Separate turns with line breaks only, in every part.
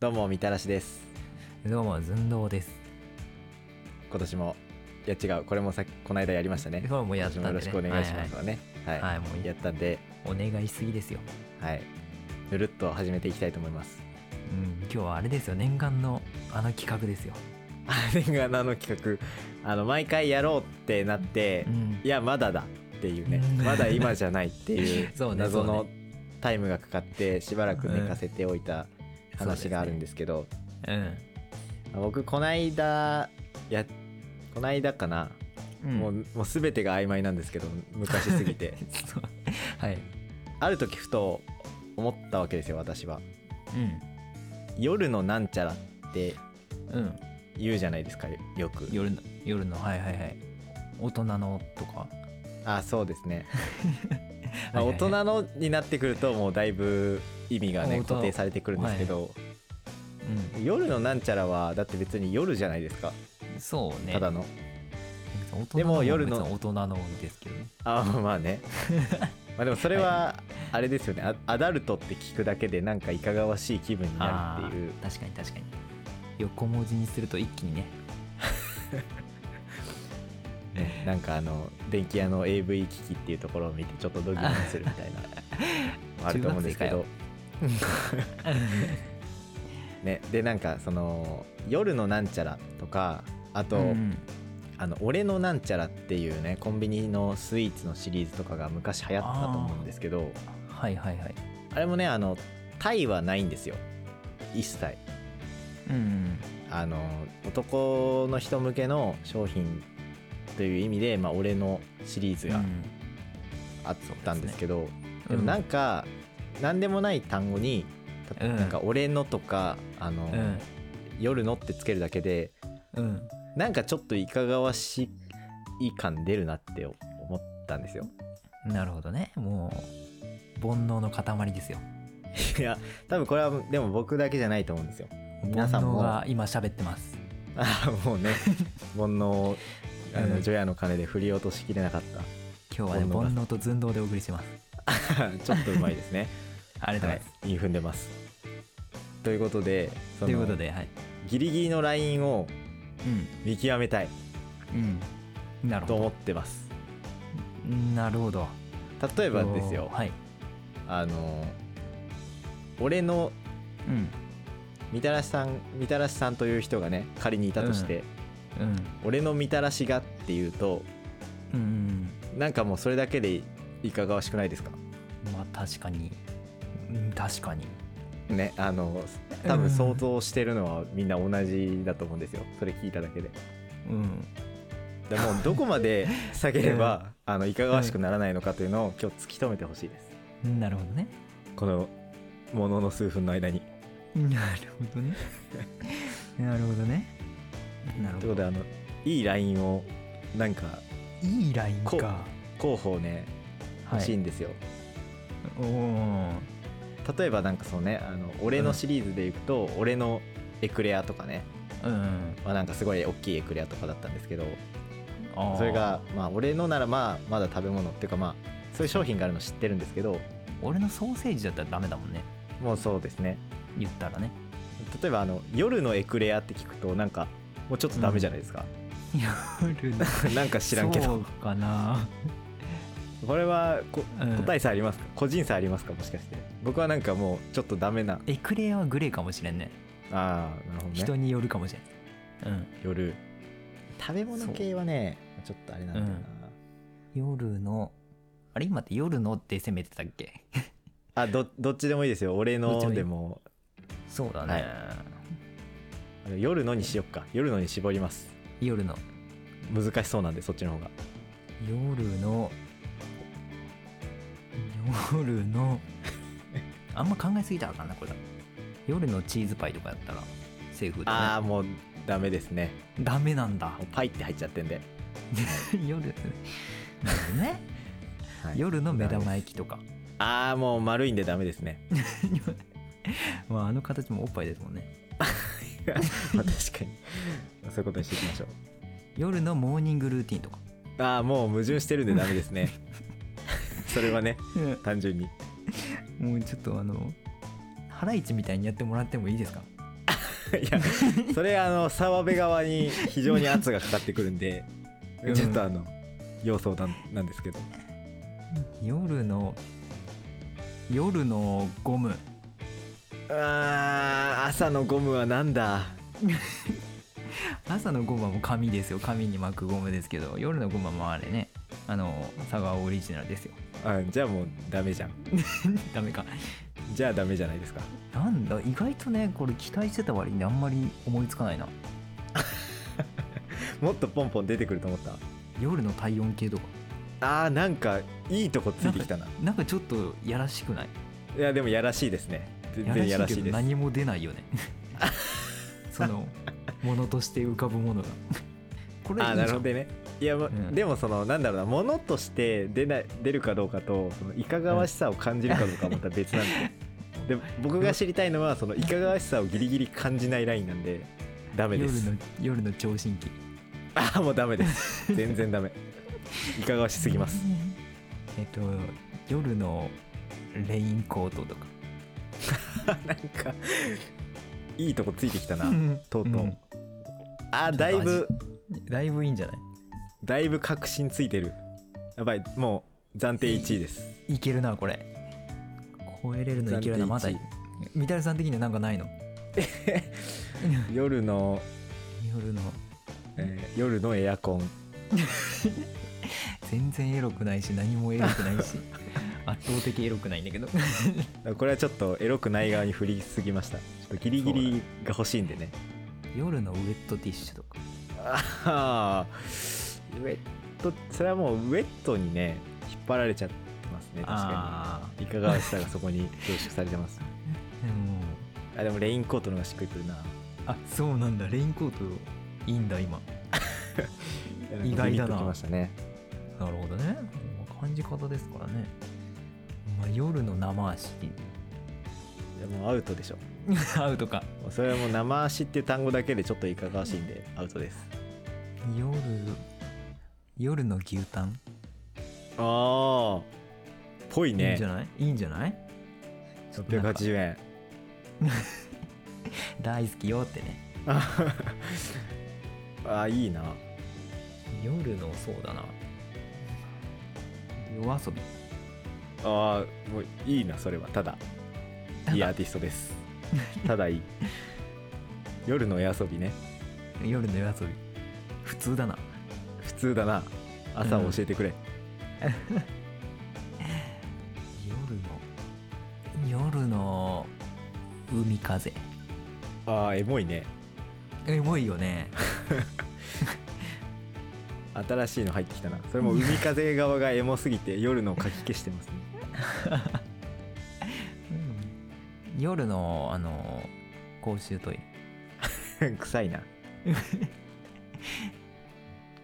どうもみたらしです
どうも、寸胴です。
今年もいや違うこれもさっきこの間やりましたね
これもやったんでね
今年もよろしくお願いしますわねはい、
はい、もう
やったんで
お願いしすぎですよ。
はいぬるっと始めていきたいと思い ます
うん、今日はあれですよ、念願のあの企画ですよ。
あれがあの企画あの毎回やろうってなって、
うん
いやまだだっていうね
うん
まだ今じゃないっていう
そうね
謎
そう
のタイムがかかってしばらく寝かせておいた話があるんですけど、
うん。
僕こないだやこないだかな、
うん
もう、もう全てが曖昧なんですけど昔す ぎて
そう。はい。
ある時ふと思ったわけですよ私は
う
夜のなんちゃらって
ん。うん。
言うじゃないですかよく
夜の、夜の、はいはいはい。大人のとか。
あそうですねまあ
はいはいは
大
い
人のになってくるともうだいぶ意味がね
あ
固定されてくるんですけど、夜のなんちゃらはだって別に夜じゃないですか
うん。そうね。
ただの
大人
でも夜の
別に大人のですけどね。
あまあ ねまあでもそれはあれですよね、あアダルトって聞くだけでなんかいかがわしい気分になるっていう
あー確かに確かに。横文字にすると一気にね。
ねなんかあの電気屋の AV 機器っていうところを見てちょっとドキドキするみたい なあると思うんですけど ねでなんかその「夜のなんちゃら」とかあと「
うん
あの俺のなんちゃら」っていうねコンビニのスイーツのシリーズとかが昔流行ったと思うんですけど
はいはいはい。
あれもねあのタイはないんですよ一切
うん。
あの男の人向けの商品という意味で「まあ、俺の」シリーズ
う
が
ん
あったんですけど、
う
でも
ん
なんか、なんでもない単語に、た
うん
なんか「俺の」とか「あの
うん。
夜の」ってつけるだけで
うん。
なんかちょっといかがわしい感出るなって思ったんですよ。
なるほどねもう煩悩の塊ですよ
いや多分これはでも僕だけじゃないと思うんですよ。 皆
煩
さん
悩
も
が今喋ってます
あもう ね煩悩をあ
う
の
ん
除夜の鐘で振り落としきれなかっ
今日はね
煩悩が
煩悩と寸胴でお送りしてます
た ちょっとうまいです ね。
ありがとう
は
ござ
い
います、、
いい踏んでます。ということでそ
という
の
ことではい
ギリギリのラインを見極めたい
うんうんなる
と
ほ
思ってます。
どなるほど
例えばですよ、
はい
あの俺の
うん
みたらしさんみたらしさんという人がね仮にいたとして、
うん
俺のみたらしがっていうと
うんうん
なんかもうそれだけでいかがわしくないですか
まあ確かにうん確かに
ねあの多分想像してるのはみんな同じだと思うんですよそれ聞いただけで。
うん
で もうどこまで下げれば、あのいかがわしくならないのかというのを今日突き止めてほしいです。
なるほどね
このものの数分の間に。
なるほどね なるほどねなる
ということ
ほど
であのいいラインをなんか
いいライン
こう
か
候補をね欲しいんですよ。
おおー
例えばなんかそのねあの俺のシリーズでいくと、俺のエクレアとかね、
うん
まあ、なんかすごい大きいエクレアとかだったんですけど
あー
それがまあ俺のならまあまだ食べ物っていうかまあそういう商品があるの知ってるんですけど
俺のソーセージだったらダメだもんね
もうそうですね
言ったらね
例えばあの夜のエクレアって聞くとなんかもうちょっとダメじゃないですか、
夜 の
なんか知らんけ
そ
ど
うかな、
これはこ
うん
個体差ありますか、個人差ありますかもしかして僕はなんかもうちょっとダメな
エクレアはグレーかもしれんね
ああなるほどね
人によるかもしれん、
夜食べ物系はねちょっとあれなんだよな、
うんうん、夜のあれ今って夜のって攻めてたっけ
あどどっちでもいいですよ俺
どっち
の
もいい
でも
そうだね、
はあの夜のにしよっか夜のに絞ります
夜の
難しそうなんでそっちの方が
夜の夜のあんま考えすぎたらあかんなこれ夜のチーズパイとかやったらセーフ
あ
だ
あ
ね
もうダメですね
ダメなんだ
もうパイって入っちゃってんで、
夜ね
はい
夜の目玉焼きとか
ああもう丸いんでダメですね
まああの形もおっぱいですもんね
まあ 確かにそういうことにしていきましょう
夜のモーニングルーティンとか
ああもう矛盾してるんでダメです ねそれはね単純に
もうちょっとあのハライチみたいにやってもらってもいいですか
いやそれあの澤部側に非常に圧がかかってくるんで、
うん
ちょっとあの要相談なんですけど
夜の夜のゴム
あー朝のゴムはなんだ
朝のゴムはもう紙ですよ紙に巻くゴムですけど夜のゴムはまああれねあの佐川オリジナルですよ
あじゃあもうダメじゃん
ダメか
じゃあダメじゃないですか
なんだ意外とねこれ期待してた割にあんまり思いつかないな
もっとポンポン出てくると思った
夜の体温計とか
あーなんかいいとこついてき たな
なんかちょっとやらしくない
いやでもやらしいですね全然やらしいで
け ど
す
何も出ないよね そのものとして浮かぶものがこれいい
あ
じ
ー
ゃ
な
ん
るほどねいや、ま
ん
でもそのなんだろうなものとして出ない出るかどうかとそのいかがわしさを感じるかどうかはまた別なん でで僕が知りたいのはそのいかがわしさをギリギリ感じないラインなんでダメで
夜
す
の夜の聴診器
ああもうダメ です全然ダメいかがわしすぎます
えっと夜のレインコートとか
なんかいいとこついてきたなとうとう、
ん
あーだいぶ
だいぶいいんじゃな
だいぶ確信ついてるやばいもう暫定1位です
いいけるなこれ超えれるのいけるなまだ
暫定
みたるさん的にはなんかないの
夜の、
夜の
えー夜のエアコン
全然エロくないし何もエロくな いし圧倒的エロくないんだけど
これはちょっとエロくない側に振りすぎましたちょっとギリギリが欲しいんでね
夜のウェットティッシュとか
ああウェットそれはもうウェットにね引っ張られちゃってますね確か
あ
にいかがわしさがそこに凝縮されて ます
ーでも
あでもレインコートの方がしっくりくるな
あそうなんだレインコートいいんだ今意外だな
ビビッときましたね
なるほどね感じ方ですからね、まあ、夜の生足
いやもうアウトでしょ
アウトか
もうそれはもう生足っていう単語だけでちょっといかがわしいんでアウトです
夜夜の牛タン
ああぽい
いいん
ね
じゃないいいんじゃないちょっとなんか
680円
大好きよってね
ああいいな
夜のそうだな夜遊び
ああもういいなそれはただいいアーティストです ただいい夜のお遊びね
夜の夜遊び普通だな
普通だな朝を教えてくれ、
夜の夜の海風
ああエモいね
エモいよね
新しいの入ってきたなそれも海風側がエモすぎ て夜のをかき消してますね
夜のあの公衆トイレ
臭いな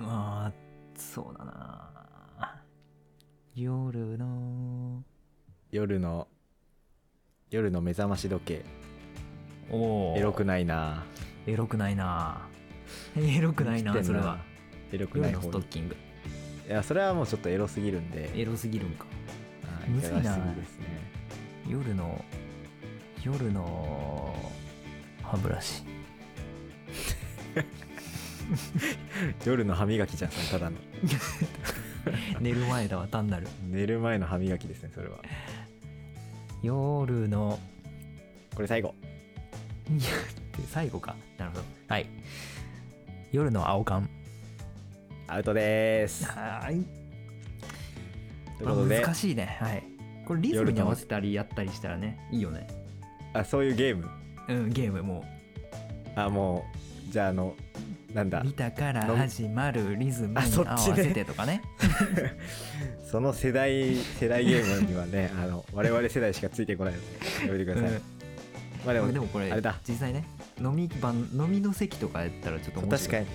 あーそうだな夜の
夜の夜の目覚まし時計
おー
エロくないな
エロくないなエロくない
生
な
きて
そ
ん
れは
エロくない
夜のス
方
ト
に
ッキング
いやそれはもうちょっとエロすぎるんで
エロすぎるんか
はい
むずいな
やらしすぎですね
夜の夜の歯ブラシ
夜の歯磨きじゃんそれただの
寝る前だわ単なる
寝る前の歯磨きですねそれは
夜の
これ最後
いや最後かなるほどはい夜の青缶
アウトです
はい
ということで
難しいねはいこれリズムに合わせたりやったりしたらねいいよね
あそういうゲーム
うんゲームも
あもうじゃああのなん
う
だ
見たから始まるリズムに合わせてとかね
その世代世代ゲームには ねあの我々世代しかついてこないのでやめてください、
うん
まあで
で
も
もでもこれ
あれだ
実際ね飲み場飲みの席とかやったらちょっと面白い
確か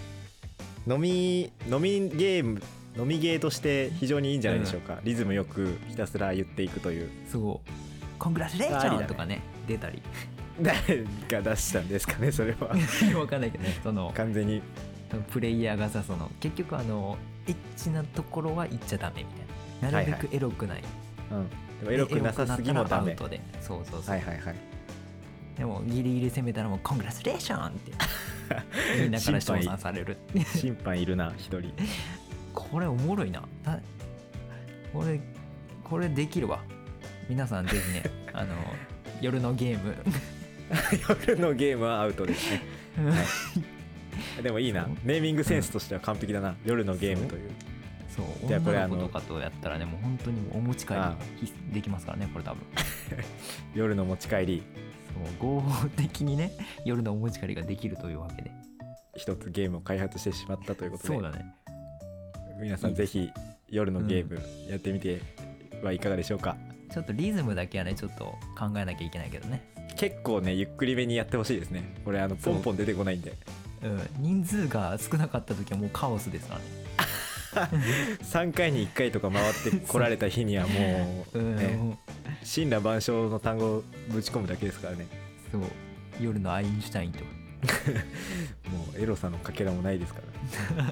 に飲み飲みゲーム飲みゲーとして非常にいいんじゃないでしょうか、リズムよくひたすら言っていくという
そうコングラスレーションとかね出たり
誰が出したんですかねそれは
わかんないけどその
完全に
プレイヤーがさその結局あのエッチなところは行っちゃダメみたいななるべくエロくない、
うんでもエロくなさすぎもダ
エ
メ
ロくなったらアウトでそうそうそう、
はいはいはい
でもギリギリ攻めたらもう「コングラスレーション!」って みんなから称賛される
審判いるな一人
これおもろいなたこれこれできるわ皆さん ぜひねあの夜のゲーム
夜のゲームはアウトですねでもいいな
そう
ネーミングセンスとしては完璧だな、夜のゲームという
そう
じゃあこれ
女の
あ
子
の
とかとやったらねもう本当にお持ち帰り
ああ
必須できますからねこれ多分
夜の持ち帰り
そう合法的にね夜のお持ち帰りができるというわけで
一つゲームを開発してしまったということで
そうだね
皆さんぜひ夜のゲームやってみてはいかがでしょうか、
ちょっとリズムだけはねちょっと考えなきゃいけないけどね
結構ねゆっくりめにやってほしいですねこれあのポンポン出てこないんで
うん人数が少なかった時はもうカオスですからね
3回に1回とか回ってこられた日にはもう
うん、
ね
も
神羅万象の単語をぶち込むだけですからね
うそう夜のアインシュタインと
もうエロさのかけらもないですから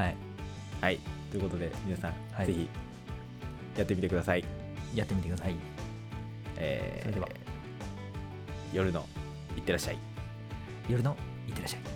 はい
はいということで皆さん、
はい
ぜひやってみてください、
やってみてください
えー
それでは
夜のいってらっしゃい
夜のいってらっしゃい